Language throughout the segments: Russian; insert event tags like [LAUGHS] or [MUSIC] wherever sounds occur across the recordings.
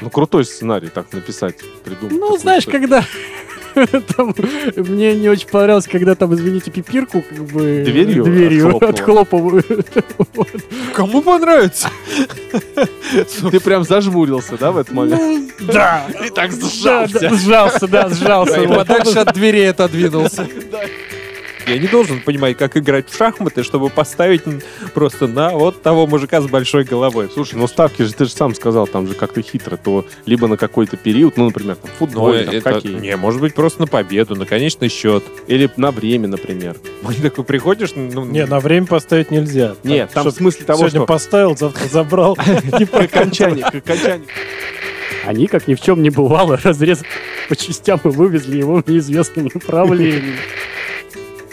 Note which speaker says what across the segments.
Speaker 1: Ну, крутой сценарий так написать, придумать.
Speaker 2: Ну,
Speaker 1: такую
Speaker 2: знаешь,
Speaker 1: историю.
Speaker 2: когда... [LAUGHS] там, мне не очень понравилось, когда там, извините, пипирку как бы...
Speaker 1: Дверью отхлопнуло.
Speaker 2: отхлопывают. Вот.
Speaker 3: Кому понравится?
Speaker 1: [LAUGHS] Ты прям зажмурился, да, в этот момент?
Speaker 2: Ну, да.
Speaker 1: И так
Speaker 2: [LAUGHS] Да, да, Сжался, да, сжался.
Speaker 3: И
Speaker 2: Вот.
Speaker 3: подальше от дверей отодвинулся.
Speaker 4: Я не должен понимать, как играть в шахматы, чтобы поставить н- просто на вот того мужика с большой головой.
Speaker 1: Слушай, ну ставки же, ты же сам сказал, там же как-то хитро, то либо на какой-то период, ну, например, там,
Speaker 4: Ну,
Speaker 1: футбол, или там,
Speaker 4: это,
Speaker 1: хоккей,
Speaker 4: не, может быть, просто на победу, на конечный счет. [LAUGHS]
Speaker 1: или на время, например.
Speaker 4: Ты такой приходишь, ну,
Speaker 5: Не, на время поставить нельзя.
Speaker 1: Нет, там в
Speaker 5: чтоб
Speaker 1: смысле того,
Speaker 5: Сегодня
Speaker 1: что
Speaker 5: поставил, завтра забрал.
Speaker 1: [LAUGHS]
Speaker 5: Не
Speaker 1: к окончанию, к окончанию.
Speaker 2: Они, как ни в чем не бывало, [LAUGHS] разрезали по частям и вывезли его в неизвестном направлении.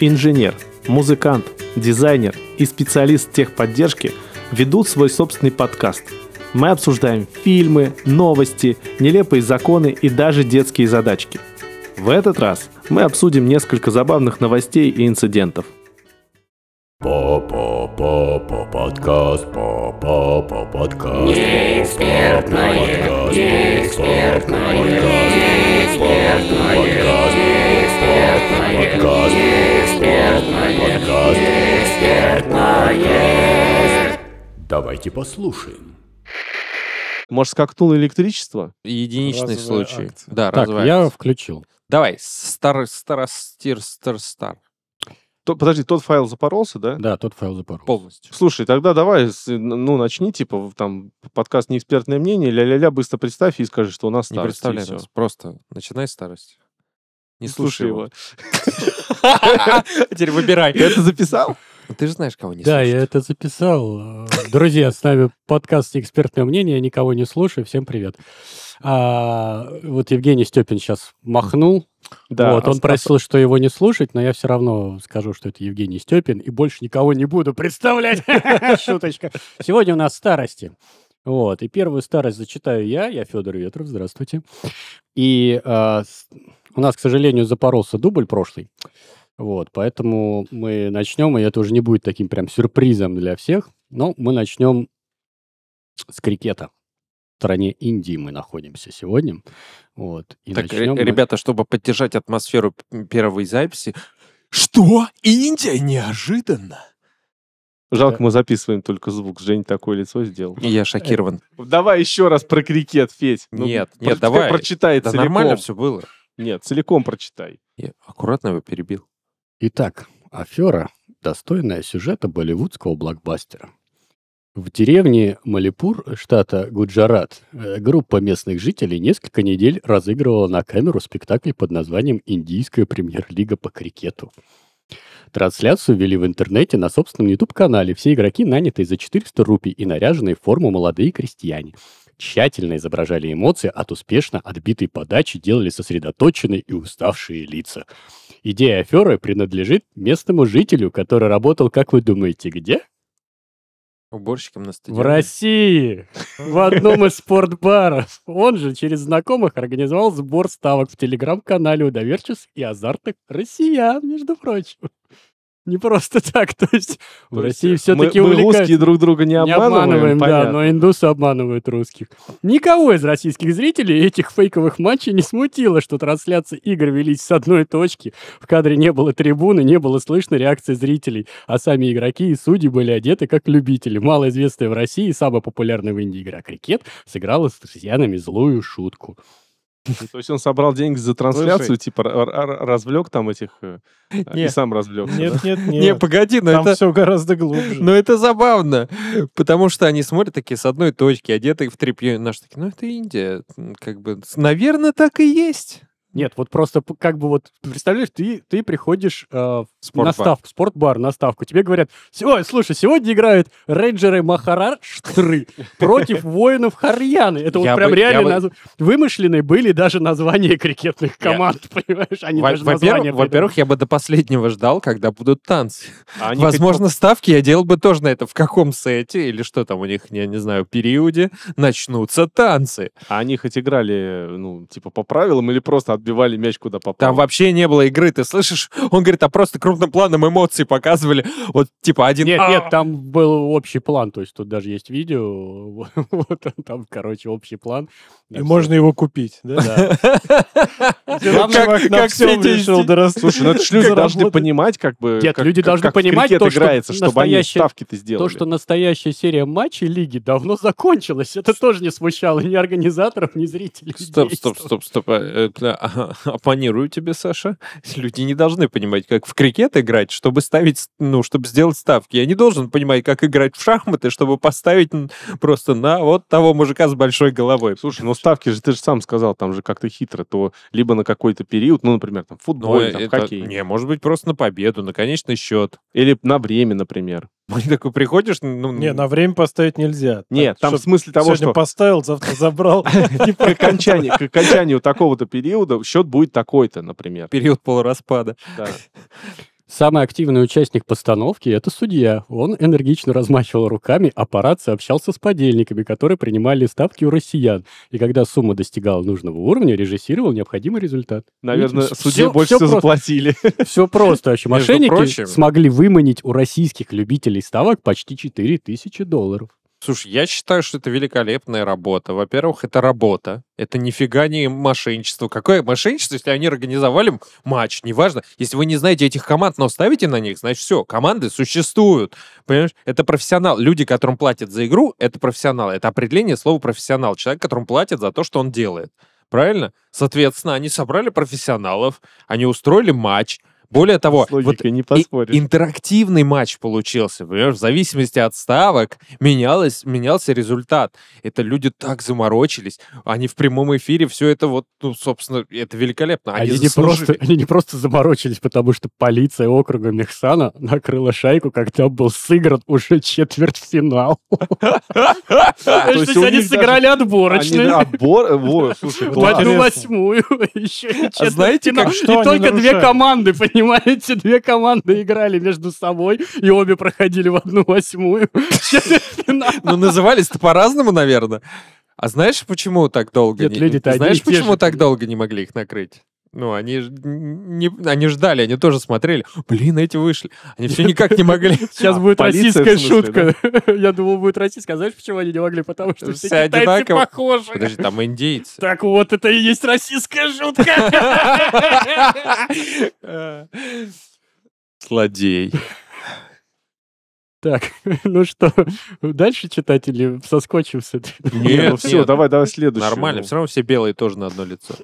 Speaker 6: Инженер, музыкант, дизайнер и специалист техподдержки ведут свой собственный подкаст. Мы обсуждаем фильмы, новости, нелепые законы и даже детские задачки. В этот раз мы обсудим несколько забавных новостей и инцидентов.
Speaker 7: Папа подкаст, папа подкаст. Неэкспертное, неэкспертное, неэкспертное, подкаст, неэкспертное, подкаст, неэкспертное. Давайте послушаем.
Speaker 1: Может, скакнуло электричество?
Speaker 4: единичный
Speaker 5: Разовый
Speaker 4: случай.
Speaker 5: акт.
Speaker 4: Да,
Speaker 5: Так,
Speaker 4: разовый
Speaker 5: я
Speaker 4: акт.
Speaker 5: включил.
Speaker 4: Давай, стар, стар, стир, стар, стар.
Speaker 1: То- подожди, тот файл запоролся, да?
Speaker 5: Да, тот файл запорол.
Speaker 4: Полностью.
Speaker 1: Слушай, тогда давай, с- ну, начни, типа, в- там, подкаст «Неэкспертное мнение», ля-ля-ля, быстро представь и скажи, что у нас
Speaker 4: Не
Speaker 1: старость, и
Speaker 4: представляй
Speaker 1: всё.
Speaker 4: нас. Просто начинай старость. Не
Speaker 1: Не
Speaker 4: Ну, слушай его. [LAUGHS] Теперь выбирай.
Speaker 1: Ты это записал?
Speaker 4: Ну, Ты же знаешь, кого не
Speaker 5: Да,
Speaker 4: слушать.
Speaker 5: я это записал. Э, Друзья, с нами подкаст «Экспертное мнение». Я Никого не слушаю. Всем привет. А, вот Евгений Степин сейчас махнул. вот, он
Speaker 1: ос-
Speaker 5: просил, что его не слушать, но я все равно скажу, что это Евгений Степин, и больше никого не буду представлять. [LAUGHS] Шуточка. Сегодня у нас старости. Вот, и первую старость зачитаю я, я Федор Ветров, здравствуйте. И а, с- у нас, к сожалению, запоролся дубль прошлый. Вот, поэтому мы начнем, и это уже не будет таким прям сюрпризом для всех, но мы начнем с крикета. В стране Индии мы находимся сегодня. Вот, и
Speaker 4: Так,
Speaker 5: начнем
Speaker 4: ре-
Speaker 5: мы-
Speaker 4: ребята, чтобы поддержать атмосферу п- первой записи, что? Индия? Неожиданно.
Speaker 1: Жалко, мы записываем только звук. Жень такое лицо сделал.
Speaker 4: И
Speaker 5: Э,
Speaker 4: Я шокирован.
Speaker 1: Давай еще раз про крикет, Федь.
Speaker 4: Нет,
Speaker 1: про-
Speaker 4: нет, давай.
Speaker 1: Прочитай
Speaker 4: Да
Speaker 1: целиком.
Speaker 4: нормально все было.
Speaker 1: Нет, целиком прочитай.
Speaker 4: Я аккуратно его перебил.
Speaker 5: Итак, афера, достойная сюжета болливудского блокбастера. В деревне Малипур, штата Гуджарат, э, группа местных жителей несколько недель разыгрывала на камеру спектакль под названием «Индийская премьер-лига по крикету». Трансляцию вели в интернете на собственном YouTube-канале. Все игроки, нанятые за 400 рупий и наряженные в форму молодые крестьяне, тщательно изображали эмоции от успешно отбитой подачи, делали сосредоточенные и уставшие лица. Идея аферы принадлежит местному жителю, который работал, как вы думаете, где?
Speaker 4: Уборщиком на стадионе.
Speaker 5: В России! В одном из спортбаров. Он же через знакомых организовал сбор ставок в телеграм-канале у доверчивых и азартных россиян, между прочим. Не просто так, то есть в
Speaker 1: То есть э,
Speaker 5: России все-таки
Speaker 1: мы, мы
Speaker 5: увлекают.
Speaker 1: русские друг друга не
Speaker 5: Не
Speaker 1: обманываем,
Speaker 5: обманываем, да,
Speaker 1: понятно.
Speaker 5: но индусы обманывают русских. Никого из российских зрителей этих фейковых матчей не смутило, что трансляции игр велись с одной точки. В кадре не было трибуны, не было слышно реакции зрителей, а сами игроки и судьи были одеты как любители. Малоизвестная в России и самая популярная в Индии игра крикет сыграла с россиянами злую шутку.
Speaker 1: То есть он собрал деньги за трансляцию, типа р- р- развлек там этих... э, И
Speaker 5: Нет.
Speaker 1: сам развлек.
Speaker 5: Нет, нет,
Speaker 4: Не, погоди, но
Speaker 5: Там
Speaker 4: это...
Speaker 5: все гораздо глубже.
Speaker 4: Но это забавно, потому что они смотрят такие с одной точки, одетые в тряпье. Наши такие, ну это Индия, м, как бы, наверное, так и есть.
Speaker 5: Нет, вот просто п- как бы вот, представляешь, ты, ты приходишь э, в- на
Speaker 4: Спортбар.
Speaker 5: ставку, в спортбар, на ставку, тебе говорят, «Ой, слушай, сегодня играют рейнджеры Махараштры против воинов Харьяны. Это вот
Speaker 4: Я
Speaker 5: прям
Speaker 4: бы- я
Speaker 5: реально
Speaker 4: бы-
Speaker 5: наз- вымышленные были даже названия
Speaker 2: [LAUGHS]
Speaker 5: крикетных команд, понимаешь? Они
Speaker 4: Во-
Speaker 5: даже названия
Speaker 4: Во-первых, во-первых, я бы до последнего ждал, когда будут танцы.
Speaker 1: А они
Speaker 4: Возможно, ставки я делал бы тоже на это, в каком сете или что там у них, я не знаю, периоде начнутся танцы.
Speaker 1: хоть- а они хоть играли, ну, типа, э, по правилам или просто отбивали мяч куда попало.
Speaker 4: Там вообще не было игры, ты слышишь? Он говорит, а просто крупным планом эмоции показывали. Вот типа один...
Speaker 2: Нет,
Speaker 4: «А!»
Speaker 2: нет, там был общий план, то есть тут даже есть видео, [LAUGHS] вот он там, короче, общий план.
Speaker 3: И можно его купить, да? [LAUGHS]
Speaker 2: Да.
Speaker 3: Главное,
Speaker 4: Как-
Speaker 3: как на
Speaker 4: как
Speaker 3: всем
Speaker 4: все эти
Speaker 3: решил дорасти.
Speaker 1: Слушай, ну это ж люди должны
Speaker 2: Работает.
Speaker 1: понимать, как бы...
Speaker 2: Нет,
Speaker 1: как-
Speaker 2: люди
Speaker 1: как-
Speaker 2: должны
Speaker 1: как в
Speaker 2: понимать
Speaker 1: крикет
Speaker 2: то, что
Speaker 1: играется, чтобы они
Speaker 2: настоящее-
Speaker 1: ставки-то сделали.
Speaker 2: То, что настоящая серия матчей лиги давно закончилась, это тоже не смущало ни организаторов, ни зрителей.
Speaker 4: Стоп,
Speaker 2: Действовало.
Speaker 4: стоп, стоп, стоп. э, э, бля, а, Оппонирую тебе, Саша. Люди не должны понимать, как в крикет играть, чтобы ставить, с- ну, чтобы сделать ставки. Я не должен понимать, как играть в шахматы, чтобы поставить н- просто на вот того мужика с большой головой.
Speaker 1: Слушай, ну ставки же, ты же сам сказал, там же как-то хитро, то либо на какой-то период, ну, например, там, в
Speaker 4: Ну,
Speaker 1: футболе, там, в
Speaker 4: это-
Speaker 1: хоккее,
Speaker 4: не, может быть, просто на победу, на конечный счет. [LAUGHS]
Speaker 1: или на время, например.
Speaker 4: Ты такой приходишь, ну,
Speaker 3: Не, на время поставить нельзя.
Speaker 1: Нет, там в
Speaker 3: чтоб
Speaker 1: смысле того,
Speaker 3: Сегодня
Speaker 1: что
Speaker 3: поставил, завтра
Speaker 1: [LAUGHS]
Speaker 3: забрал. Не
Speaker 1: к окончанию, к окончанию такого-то периода счет будет такой-то, например.
Speaker 4: период полураспада.
Speaker 1: Да.
Speaker 5: Самый активный участник постановки — это судья. Он энергично размахивал руками, аппарат сообщался с подельниками, которые принимали ставки у россиян. И когда сумма достигала нужного уровня, режиссировал необходимый
Speaker 4: [LAUGHS]
Speaker 5: результат.
Speaker 1: Наверное,
Speaker 5: Видите,
Speaker 1: судье
Speaker 5: всё-
Speaker 1: больше
Speaker 5: всё
Speaker 1: всего
Speaker 2: [LAUGHS]
Speaker 5: просто.
Speaker 1: заплатили.
Speaker 5: Все просто. Вообще,
Speaker 4: Между
Speaker 5: мошенники
Speaker 4: прочим-
Speaker 5: смогли выманить у российских любителей ставок почти 4000 долларов.
Speaker 4: Слушай, я считаю, что это великолепная работа. Во-первых, это работа. Это нифига не мошенничество. Какое мошенничество, если они организовали матч, неважно. Если вы не знаете этих команд, но ставите на них, значит, все, команды существуют. Понимаешь? Это профессионал. Люди, которым платят за игру, это профессионал. Это определение слова профессионал. Человек, которому платят за то, что он делает. Правильно? Соответственно, они собрали профессионалов, они устроили матч. Более того,
Speaker 1: С
Speaker 4: вот
Speaker 1: логикой не
Speaker 4: и-
Speaker 1: поспоришь.
Speaker 4: интерактивный матч получился. Понимаешь, в зависимости от ставок менялось, менялся результат. Это люди так заморочились. Они в прямом эфире все это вот, ну, собственно, это великолепно. Они,
Speaker 5: Они, не
Speaker 4: заслужили.
Speaker 5: просто, они не просто заморочились, потому что полиция округа Мехсана накрыла шайку, когда был сыгран уже четвертьфинал.
Speaker 4: [LAUGHS]
Speaker 2: То есть
Speaker 1: у
Speaker 2: они
Speaker 1: них даже-
Speaker 2: сыграли
Speaker 1: Они,
Speaker 2: отборочную.
Speaker 1: да, отбор... э, во, слушай,
Speaker 2: В
Speaker 1: класс.
Speaker 2: одну
Speaker 3: Интересно.
Speaker 2: восьмую. [LAUGHS] Еще и четвертьфинал.
Speaker 4: знаете, как-
Speaker 3: что
Speaker 2: И
Speaker 3: они
Speaker 2: только две
Speaker 3: нарушают?
Speaker 2: команды, [LAUGHS] понимаете? Две команды играли между собой, и обе проходили в одну восьмую. [LAUGHS] Четвертьфинал.
Speaker 4: [LAUGHS] Ну, назывались-то по-разному, наверное. А знаешь, почему так долго?
Speaker 5: Нет,
Speaker 4: не-
Speaker 5: люди-то одни и
Speaker 4: Знаешь,
Speaker 5: те же,
Speaker 4: почему так
Speaker 5: блин.
Speaker 4: долго не могли их накрыть? Ну, они, ж не, они ждали, они тоже смотрели. Блин, эти вышли. Они все никак не
Speaker 5: [LAUGHS]
Speaker 4: могли.
Speaker 2: Сейчас
Speaker 1: А,
Speaker 2: будет
Speaker 1: полиция,
Speaker 2: российская
Speaker 1: в смысле,
Speaker 2: шутка. [LAUGHS] Я думал, будет российская. А Знаешь, почему они не могли? Потому что все
Speaker 4: Все
Speaker 2: китайцы
Speaker 4: Э, одинаково.
Speaker 2: похожи.
Speaker 4: Подожди, там индейцы.
Speaker 2: Так вот, это и есть российская шутка. [LAUGHS]
Speaker 4: Злодей.
Speaker 5: Так, ну что, дальше, читатели, соскочимся.
Speaker 1: Не, ну все,
Speaker 4: нет.
Speaker 1: давай, давай следующую. ну.
Speaker 4: Нормально, все равно все белые тоже на одно лицо.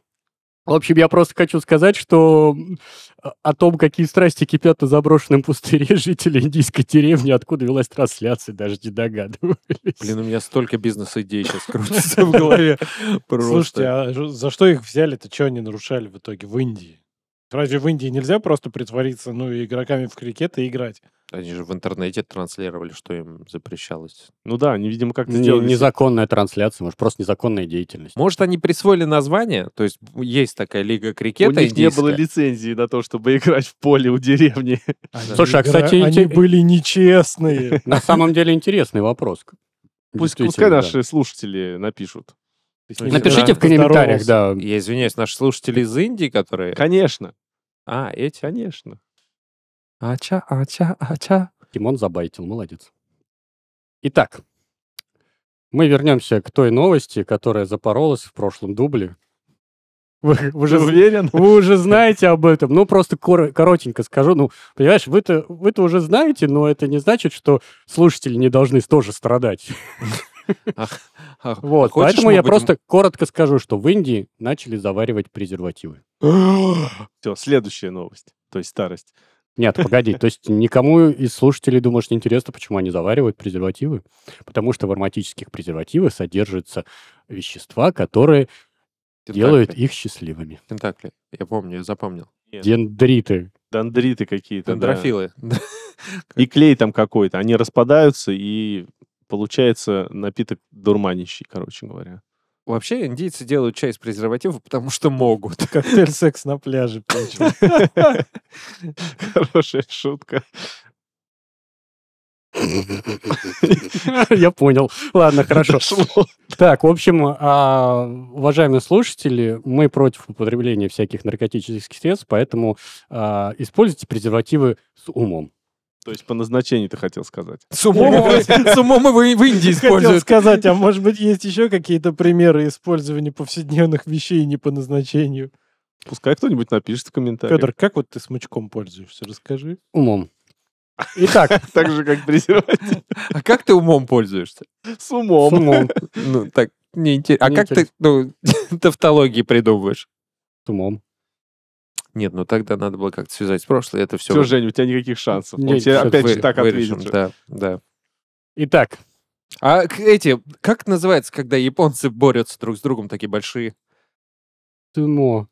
Speaker 5: В общем, я просто хочу сказать, что м, о- о том, какие страсти кипят на заброшенном пустыре [LAUGHS] жители индийской деревни, откуда велась трансляция, даже не догадываюсь.
Speaker 4: Блин, у меня столько бизнес-идей сейчас крутится в голове. [LAUGHS]
Speaker 3: Слушайте,
Speaker 4: Просто.
Speaker 3: а ж- за что их взяли-то? Что они нарушали в итоге в Индии? Разве в Индии нельзя просто притвориться, ну, игроками в крикет и играть?
Speaker 4: Они же в интернете транслировали, что им запрещалось.
Speaker 1: Ну да, они, видимо, как-то
Speaker 5: [LAUGHS] Не-
Speaker 1: сделали.
Speaker 5: Незаконная трансляция, может, просто незаконная деятельность.
Speaker 4: Может, они присвоили название? То есть есть такая лига
Speaker 1: У
Speaker 4: крикета
Speaker 1: них не
Speaker 4: индийская.
Speaker 1: было лицензии на то, чтобы играть в поле у
Speaker 5: [LAUGHS]
Speaker 1: деревни.
Speaker 5: Слушай, а,
Speaker 3: Игра-
Speaker 5: кстати,
Speaker 3: они
Speaker 5: инте- [LAUGHS]
Speaker 3: были нечестные.
Speaker 5: на самом деле интересный вопрос.
Speaker 1: Пусть
Speaker 5: Действительно,
Speaker 1: пускай
Speaker 5: да.
Speaker 1: наши э, слушатели напишут.
Speaker 5: Напишите в комментариях, да.
Speaker 4: Я извиняюсь, наши слушатели из Индии, которые...
Speaker 1: Конечно,
Speaker 4: А, эти?
Speaker 1: конечно.
Speaker 4: Ача, ача, ача.
Speaker 5: Тимон забайтил, молодец. Итак, мы вернемся к той новости, которая запоролась в прошлом дубле. Вы, вы
Speaker 1: Ты
Speaker 5: же,
Speaker 1: уверен?
Speaker 5: вы уже знаете об этом. Ну, просто коро- коротенько скажу. Ну, понимаешь, вы-то вы уже знаете, но это не значит, что слушатели не должны тоже страдать.
Speaker 4: А,
Speaker 5: Вот, поэтому я просто коротко скажу, что в Индии начали заваривать презервативы.
Speaker 1: Все, следующая новость. То есть старость.
Speaker 5: Нет, погоди, то есть никому из слушателей, думаешь, не интересно, почему они заваривают презервативы? Потому что в ароматических презервативах содержатся вещества, которые делают их счастливыми.
Speaker 4: Тентакли. Я помню, я запомнил.
Speaker 5: Дендриты.
Speaker 1: Дондриты какие-то. да.
Speaker 4: Дендрофилы.
Speaker 1: И клей там какой-то. Они распадаются, и получается напиток дурманящий, короче говоря. [LAUGHS]
Speaker 4: Вообще, индийцы делают чай из презерватива, потому что могут.
Speaker 3: Коктейль секс на пляже
Speaker 5: [LAUGHS]
Speaker 3: получил.
Speaker 1: Хорошая шутка.
Speaker 5: [LAUGHS] Я понял. Ладно, хорошо. Так, в общем, а, уважаемые слушатели, мы против употребления всяких наркотических средств, поэтому а, используйте презервативы с умом.
Speaker 1: То есть по назначению ты хотел сказать.
Speaker 4: С умом его- с умом его и в Индии
Speaker 3: Хотел
Speaker 4: используют.
Speaker 3: сказать, а может быть есть еще какие-то примеры использования повседневных вещей не по назначению?
Speaker 1: Пускай кто-нибудь напишет в комментариях.
Speaker 3: Федор, как вот ты смычком пользуешься? Расскажи.
Speaker 5: Умом. Итак,
Speaker 1: [LAUGHS] Так же, как презерватив.
Speaker 4: А как ты умом пользуешься?
Speaker 1: [LAUGHS] С [LAUGHS]
Speaker 5: с
Speaker 1: умом.
Speaker 5: умом.
Speaker 4: Ну, так, не интересно. А
Speaker 5: Не
Speaker 4: как ты, ну, [LAUGHS] тавтологии придумываешь?
Speaker 5: С умом.
Speaker 4: Нет, ну тогда надо было как-то связать с прошлое. Это все...
Speaker 1: Все, Жень, у тебя никаких шансов. Он
Speaker 5: Нет,
Speaker 1: тебе
Speaker 5: всё,
Speaker 1: опять же так ответит. же.
Speaker 4: Да, да.
Speaker 5: Итак,
Speaker 4: А к- эти, как называется, когда японцы борются друг с другом, такие большие?
Speaker 5: сумо.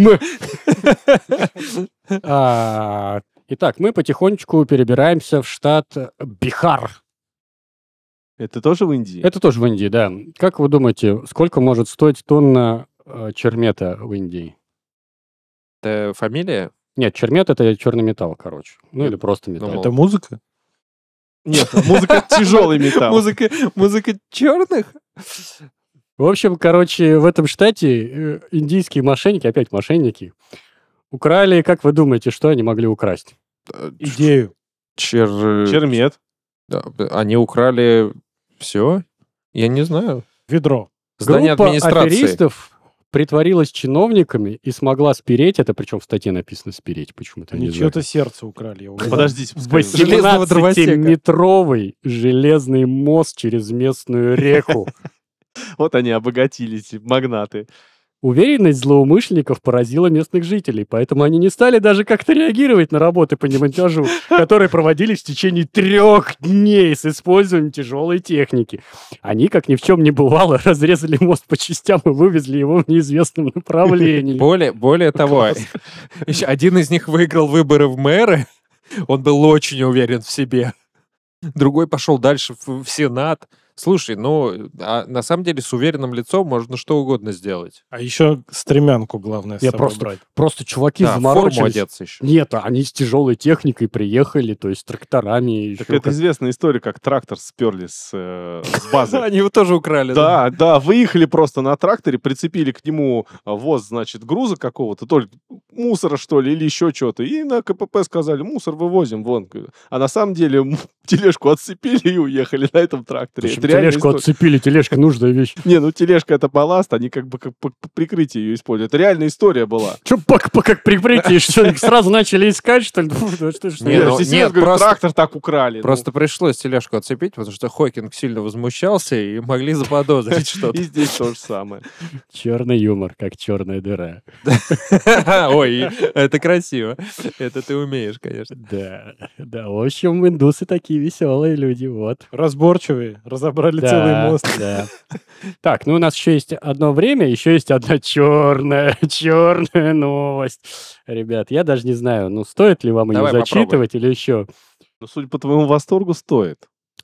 Speaker 5: Мы- А, Итак, мы потихонечку перебираемся в штат Бихар.
Speaker 1: Это тоже в Индии?
Speaker 5: Это тоже в Индии, да. Как вы думаете, сколько может стоить тонна э, чермета в Индии?
Speaker 4: Это фамилия?
Speaker 5: Нет, чермет это черный металл, короче. Ну или просто металл.
Speaker 4: Ну,
Speaker 3: Это музыка?
Speaker 1: Нет, музыка тяжелый металл.
Speaker 4: Музыка, музыка черных?
Speaker 5: В общем, короче, в этом штате э, индийские мошенники, опять мошенники, украли, как вы думаете, что они могли украсть?
Speaker 3: Идею.
Speaker 4: Чер...
Speaker 1: Чермет.
Speaker 4: Да, б- Они украли все? Я не знаю.
Speaker 3: Ведро.
Speaker 4: Здание
Speaker 5: Группа
Speaker 4: администрации.
Speaker 5: аферистов притворилась чиновниками и смогла спереть, это причем в статье написано спереть, почему-то. я
Speaker 3: Они
Speaker 5: не знаю.
Speaker 3: чье-то сердце украли. я уверен.
Speaker 1: Подождите, пускай.
Speaker 4: Железного дровосека.
Speaker 5: 18-метровый железный мост через местную реку.
Speaker 1: Вот они обогатились, магнаты.
Speaker 5: Уверенность злоумышленников поразила местных жителей, поэтому они не стали даже как-то реагировать на работы по демонтажу, которые проводились в течение трех дней с использованием тяжелой техники. Они, как ни в чем не бывало, [LAUGHS] разрезали мост по частям и вывезли его в неизвестном направлении.
Speaker 4: Более, более того, [LAUGHS] еще один из них выиграл выборы в мэры. Он был очень уверен в себе. Другой пошел дальше в, в Сенат. Слушай, ну, а на самом деле с уверенным лицом можно что угодно сделать.
Speaker 3: А еще стремянку, главное, с
Speaker 5: Я
Speaker 3: собой
Speaker 5: просто-
Speaker 3: брать.
Speaker 5: Просто чуваки
Speaker 4: Да, в форму
Speaker 5: заморочились. [LAUGHS]
Speaker 4: одеться еще.
Speaker 5: Нет, они с тяжелой техникой приехали, то есть тракторами. еще
Speaker 1: Так это
Speaker 5: как-
Speaker 1: известная история, как трактор сперли с, э,
Speaker 5: [LAUGHS]
Speaker 1: с базы.
Speaker 4: Они его тоже украли.
Speaker 1: Да, да, выехали просто на тракторе, прицепили к нему а, воз, значит, груза какого-то, то ли мусора, что ли, или еще чего-то. И на КПП сказали, мусор вывозим, вон. А на самом деле м, [LAUGHS] тележку отцепили и уехали на этом тракторе.
Speaker 5: Причем
Speaker 1: Это реальная
Speaker 5: тележку
Speaker 1: история.
Speaker 5: отцепили, тележка нужная вещь.
Speaker 1: Не, ну тележка это балласт, они как бы как по- по прикрытие ее используют. Это реальная история была.
Speaker 5: Че, как, как прикрытие, что их сразу начали искать, что ли? [LAUGHS] Ну, да что ж
Speaker 4: Не,
Speaker 5: вы?
Speaker 1: Я
Speaker 4: ну,
Speaker 1: же сейчас
Speaker 4: нет,
Speaker 1: говорю,
Speaker 4: просто-
Speaker 1: трактор так украли. ну, [LAUGHS]
Speaker 4: Просто пришлось тележку отцепить, потому что Хокинг сильно возмущался и
Speaker 1: [LAUGHS]
Speaker 4: могли заподозрить что-то.
Speaker 1: и здесь то же самое.
Speaker 5: Черный юмор, как черная дыра.
Speaker 4: [LAUGHS] Ой, это красиво. Это ты умеешь, конечно.
Speaker 5: Да, да, в общем, индусы такие веселые люди, вот.
Speaker 3: Разборчивые. Разобрали целый мост.
Speaker 5: Да. Так, ну у нас еще есть одно время, еще есть одна черная, черная новость. Ребят, я даже не знаю, ну стоит ли вам ее
Speaker 4: Давай попробуем.
Speaker 5: зачитывать или еще.
Speaker 1: [LAUGHS] Ну, судя по твоему восторгу, стоит.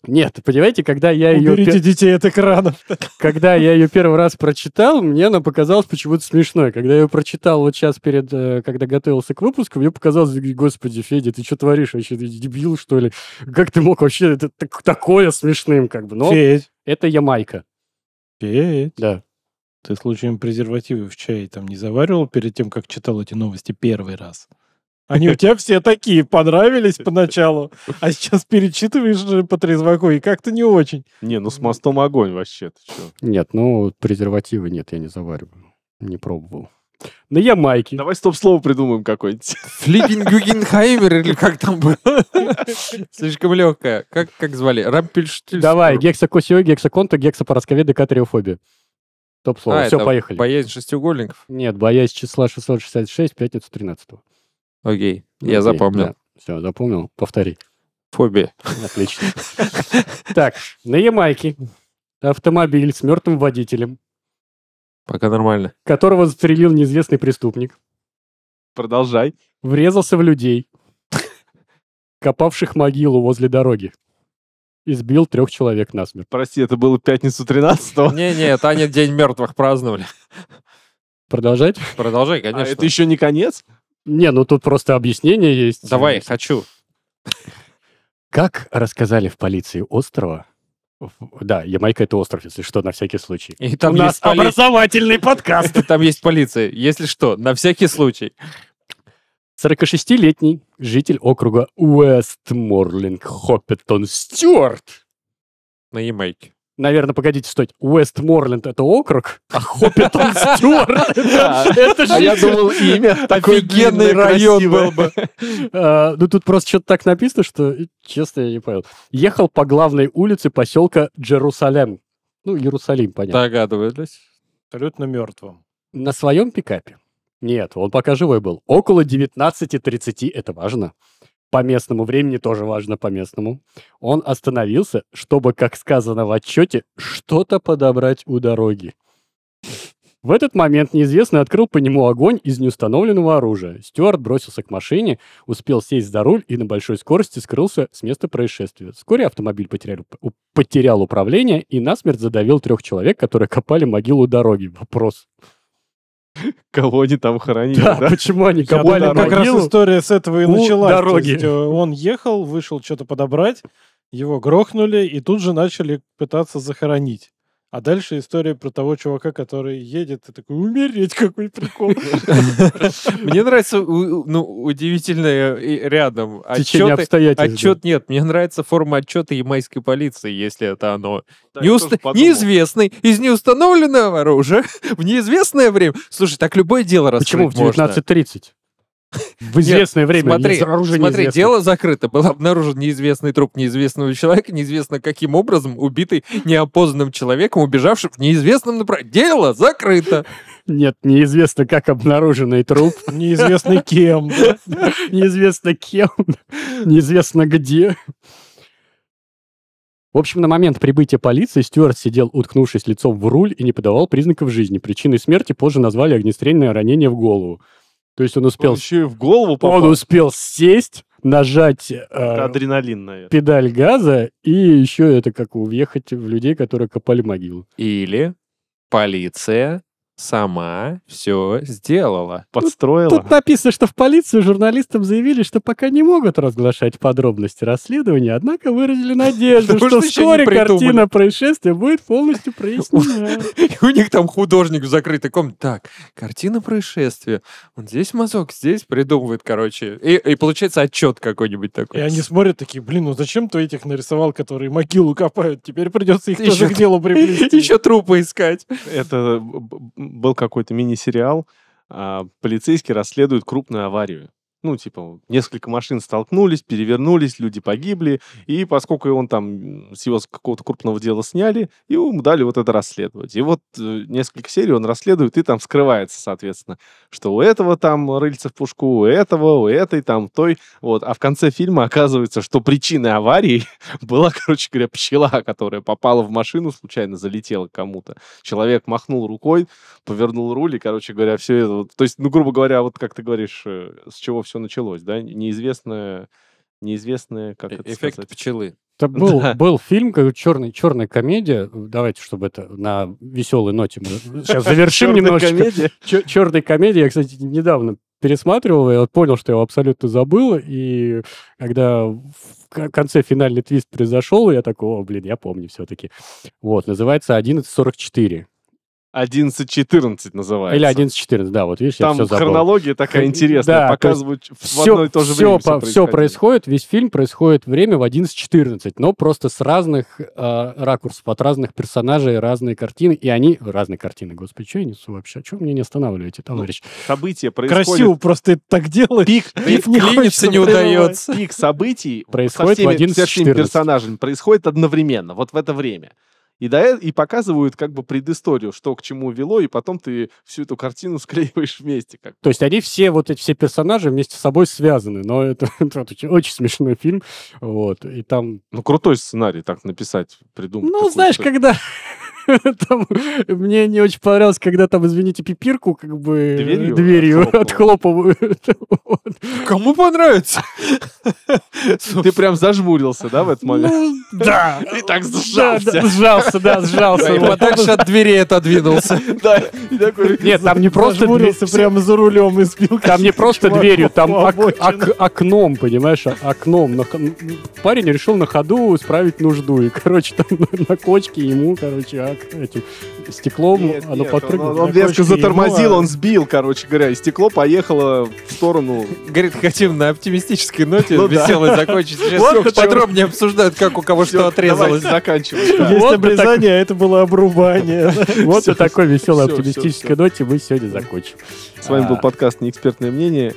Speaker 5: Нет, понимаете, когда [LAUGHS] я ее...
Speaker 3: Уберите детей от экранов.
Speaker 5: когда я ее первый раз прочитал, мне она показалась почему-то смешной. Когда я ее прочитал вот сейчас перед, э, когда готовился к выпуску, мне показалось, господи, Федя, ты что творишь вообще, ты дебил что ли? Как ты мог вообще это так- такое смешным как бы? Но
Speaker 3: Федь.
Speaker 5: это Ямайка,
Speaker 3: Федь.
Speaker 5: да.
Speaker 3: Ты случаем презервативы в чае там не заваривал перед тем, как читал эти новости первый раз? Они у тебя все такие понравились поначалу, а сейчас перечитываешь же по трезваку, и как-то не очень.
Speaker 1: Не, ну с мостом огонь вообще. Ты чё?
Speaker 5: Нет, ну презервативы нет, я не завариваю, не пробовал. На Ямайке.
Speaker 1: Давай стоп-слово придумаем какое-нибудь. [LAUGHS]
Speaker 4: Флиппин Гюгенхаймер или как там было? Слишком легкая. Как, как звали? Рампельштильс.
Speaker 5: Давай, гексакосио, гексаконта, гексапараскаведа, катриофобия. Топ-слово,
Speaker 4: А,
Speaker 5: все,
Speaker 4: это
Speaker 5: поехали.
Speaker 4: Боязнь шестиугольников.
Speaker 5: Нет, боясь числа 666, пятница 13
Speaker 4: Окей, я запомнил.
Speaker 5: Все, запомнил. Повтори.
Speaker 4: Фобия.
Speaker 5: Отлично. [LAUGHS] Так, на Ямайке автомобиль с мертвым водителем, [LAUGHS]
Speaker 4: Пока нормально.
Speaker 5: которого застрелил неизвестный преступник,
Speaker 1: Продолжай.
Speaker 5: врезался в людей, [LAUGHS] копавших могилу возле дороги, избил трех человек насмерть.
Speaker 1: Прости, это было пятницу [LAUGHS] 13-го.
Speaker 4: Не-не, это они День мертвых праздновали.
Speaker 5: Продолжать?
Speaker 4: Продолжай,
Speaker 1: А
Speaker 4: конечно.
Speaker 1: это еще не конец?
Speaker 4: [LAUGHS]
Speaker 5: Не, ну тут просто объяснение есть.
Speaker 4: Давай, хочу.
Speaker 5: Как рассказали в полиции острова, в- да, Ямайка это остров, если что, на всякий случай.
Speaker 4: И
Speaker 2: У
Speaker 4: там
Speaker 2: нас
Speaker 4: есть поли-
Speaker 2: образовательный подкаст.
Speaker 4: [LAUGHS] Там есть полиция. Если что, на всякий случай.
Speaker 5: 46-летний житель округа Уэстморлинг Хоппетон Стюарт.
Speaker 4: На Ямайке.
Speaker 5: Наверное, погодите, стойте. Уэстморленд — это округ,
Speaker 1: [LAUGHS]
Speaker 5: а Хоппетон Стюарт — это
Speaker 1: А я
Speaker 5: житель.
Speaker 1: думал, имя такое
Speaker 4: Офигенный
Speaker 1: длинное,
Speaker 4: район
Speaker 1: красивое.
Speaker 4: был бы.
Speaker 5: А, Ну, тут просто что-то так написано, что, э, честно, я не понял. Ехал по главной улице поселка Джерусалем. Ну, Иерусалим, понятно.
Speaker 4: Догадывались.
Speaker 3: Абсолютно мертвым.
Speaker 5: На своем пикапе? Нет, он пока живой был. Около 19.30, это важно. По местному времени тоже важно по местному. Он остановился, чтобы, как сказано в отчете, что-то подобрать у дороги. В этот момент неизвестный открыл по нему огонь из неустановленного оружия. Стюарт бросился к машине, успел сесть за руль и на большой скорости скрылся с места происшествия. Вскоре автомобиль потерял, у- потерял управление и насмерть задавил трех человек, которые копали могилу у дороги. Вопрос,
Speaker 1: Кого они там хоронили,
Speaker 5: да,
Speaker 1: да?
Speaker 5: почему они
Speaker 1: Я
Speaker 5: копали
Speaker 1: думаю,
Speaker 3: Как раз
Speaker 5: могилу?
Speaker 3: история с этого и
Speaker 5: у
Speaker 3: началась. То
Speaker 5: дороги.
Speaker 3: есть, э, он ехал, вышел что-то подобрать, его грохнули, и тут же начали пытаться захоронить. А дальше история про того чувака, который едет и такой «Умереть, какой прикол!»
Speaker 4: Мне нравится у- у- ну, удивительное и рядом.
Speaker 5: Течение
Speaker 4: Отчеты-
Speaker 5: обстоятельств.
Speaker 4: Отчет нет. Мне нравится форма отчета ямайской полиции, если это оно.
Speaker 1: Да,
Speaker 4: Не
Speaker 1: я
Speaker 4: уст-
Speaker 1: тоже подумал.
Speaker 4: Неизвестный из неустановленного оружия [LAUGHS] в неизвестное время. Слушай, так любое дело
Speaker 5: да. Почему в
Speaker 4: раскрыть можно. [LAUGHS]
Speaker 5: 19.30? В известное время.
Speaker 4: Смотри,
Speaker 5: из оружия
Speaker 4: смотри,
Speaker 5: неизвестно.
Speaker 4: дело закрыто. Был обнаружен неизвестный труп неизвестного человека, неизвестно каким образом, убитый неопознанным человеком, убежавшим в неизвестном направлении. Дело закрыто.
Speaker 5: Нет, неизвестно, как обнаруженный
Speaker 4: [LAUGHS]
Speaker 5: труп,
Speaker 3: Неизвестный кем. да?
Speaker 5: неизвестно кем, неизвестно где. В общем, на момент прибытия полиции Стюарт сидел, уткнувшись лицом в руль и не подавал признаков жизни. Причиной смерти позже назвали огнестрельное ранение в голову. То есть он
Speaker 1: Он
Speaker 5: успел,
Speaker 1: еще и в голову
Speaker 5: он
Speaker 1: попал.
Speaker 5: успел сесть, нажать э,
Speaker 1: Это адреналин, наверное.
Speaker 5: педаль газа и еще это как въехать в людей, которые копали могилу.
Speaker 4: Или полиция сама все сделала.
Speaker 1: Подстроила.
Speaker 5: Тут написано, что в полицию журналистам заявили, что пока не могут разглашать подробности расследования, однако
Speaker 4: [LAUGHS]
Speaker 5: выразили надежду,
Speaker 4: Потому
Speaker 5: что
Speaker 4: что еще не
Speaker 5: вскоре
Speaker 4: придумали.
Speaker 5: картина происшествия будет полностью прояснена.
Speaker 4: И [LAUGHS] у них там художник в закрытой комнате. Так, картина происшествия. Он здесь мазок, здесь придумывает, короче. И, и получается отчет какой-нибудь
Speaker 3: И
Speaker 4: такой. [LAUGHS]
Speaker 3: они смотрят такие «Блин, ну зачем ты этих нарисовал, которые могилу копают? Теперь придется их
Speaker 4: Ещё
Speaker 3: тоже к делу приблизить».
Speaker 4: Еще трупы искать.
Speaker 1: Это б- б- был какой-то мини-сериал. а, Полицейский расследует крупную аварию. Ну, типа, несколько машин столкнулись, перевернулись, люди погибли. И поскольку он там м, с его с какого-то крупного дела сняли, ему дали вот это расследовать. И вот э, несколько серий он расследует, и там скрывается, соответственно, что у этого там рыльца в пушку, у этого, у этой, там, той. Вот. А в конце фильма оказывается, что причиной аварии [LAUGHS] была, короче говоря, пчела, которая попала в машину, случайно залетела к кому-то человек махнул рукой, повернул руль, и, короче говоря, все это... вот- То есть, ну, грубо говоря, вот как ты говоришь, э, с чего все началось, да? Неизвестное... Неизвестное, как
Speaker 5: Э,
Speaker 1: это
Speaker 4: Эффект
Speaker 1: сказать?
Speaker 4: пчелы.
Speaker 5: Это был,
Speaker 1: Да.
Speaker 5: был фильм, как черный, черная комедия. Давайте, чтобы это на веселой ноте
Speaker 4: [LAUGHS]
Speaker 5: мы сейчас завершим
Speaker 1: Чёрная
Speaker 5: немножечко.
Speaker 1: комедия.
Speaker 5: черной комедии я, кстати, недавно пересматривал, я вот понял, что я его абсолютно забыл, и когда в к- конце финальный твист произошел, я такой, о, блин, я помню все-таки. Вот, называется 11.44.
Speaker 1: 11.14 называется.
Speaker 5: Или 11.14, да, вот видишь, я
Speaker 1: Там
Speaker 5: все забыл.
Speaker 1: хронология такая
Speaker 5: Хрон-
Speaker 1: интересная.
Speaker 5: да, то
Speaker 1: показывают в
Speaker 5: Все,
Speaker 1: одно и то же время всё происходило.
Speaker 5: происходит, весь фильм происходит время в 11.14, но просто с разных э, ракурсов, от разных персонажей, разные картины, и они... Разные картины, господи, что я несу вообще? Чего мне не останавливаете,
Speaker 1: Ну,
Speaker 5: товарищ?
Speaker 1: События происходят.
Speaker 3: Красиво просто это так делаешь.
Speaker 1: Пик,
Speaker 4: И
Speaker 1: пик,
Speaker 4: вклиниться не удается.
Speaker 1: пик событий
Speaker 5: [LAUGHS] Происходит
Speaker 1: со всеми,
Speaker 5: в 11.14.
Speaker 1: со всеми персонажами происходит одновременно, вот в это время. И, до, э- и показывают как бы предысторию, что к чему вело, и потом ты всю эту картину [LAUGHS] склеиваешь вместе. Как.
Speaker 5: То есть они все, вот эти все персонажи вместе с собой связаны, но это, [LAUGHS] это вот очень, очень смешной фильм, вот, и там...
Speaker 1: Ну, крутой сценарий так написать, придумать.
Speaker 5: Ну,
Speaker 1: такую
Speaker 5: знаешь,
Speaker 1: историю.
Speaker 5: когда... [LAUGHS] Там мне не очень понравилось, когда там, извините, пипирку как бы э,
Speaker 1: Дверью
Speaker 5: дверью отхлопывают. [LAUGHS] Вот.
Speaker 1: [LAUGHS]
Speaker 4: Кому понравится?
Speaker 1: Ты прям зажмурился, да, в этот момент?
Speaker 5: Ну,
Speaker 1: [LAUGHS]
Speaker 5: да.
Speaker 1: И так
Speaker 5: Да, да, Сжался, да, сжался.
Speaker 4: И подальше от двери отодвинулся.
Speaker 1: Да, и такой...
Speaker 5: Нет, там не просто дверь,
Speaker 3: Зажмурился прямо за рулем и сбил.
Speaker 5: там не просто
Speaker 3: чувак
Speaker 5: дверью,
Speaker 1: ну,
Speaker 3: по-
Speaker 5: там
Speaker 3: по
Speaker 5: ок- ок- окном, понимаешь, о- окном. На ко- Парень решил на ходу справить нужду. И, короче, там на- на кочке ему, короче, ок- этим стеклом
Speaker 1: Нет,
Speaker 5: оно
Speaker 1: нет,
Speaker 5: подпрыгнуло.
Speaker 1: он- Он
Speaker 3: на
Speaker 1: резко
Speaker 3: кочке
Speaker 1: затормозил,
Speaker 3: ему, а-
Speaker 1: он сбил, короче говоря, и стекло поехало в сторону.
Speaker 4: [LAUGHS] Говорит, хотим на оптимистической ноте
Speaker 1: Ну да.
Speaker 4: веселой закончить. Сейчас
Speaker 1: Вот
Speaker 4: всё
Speaker 1: почему.
Speaker 4: подробнее обсуждают, как у кого что
Speaker 1: Всё,
Speaker 4: отрезалось.
Speaker 1: давайте
Speaker 5: [LAUGHS]
Speaker 1: заканчивать.
Speaker 3: Есть
Speaker 5: Вот бы
Speaker 3: обрезание, а это было обрубание.
Speaker 5: [LAUGHS] Вот на такой веселой
Speaker 1: всё,
Speaker 5: оптимистической ноте мы сегодня закончим.
Speaker 1: С вами был
Speaker 5: А.
Speaker 1: подкаст «Неэкспертное мнение».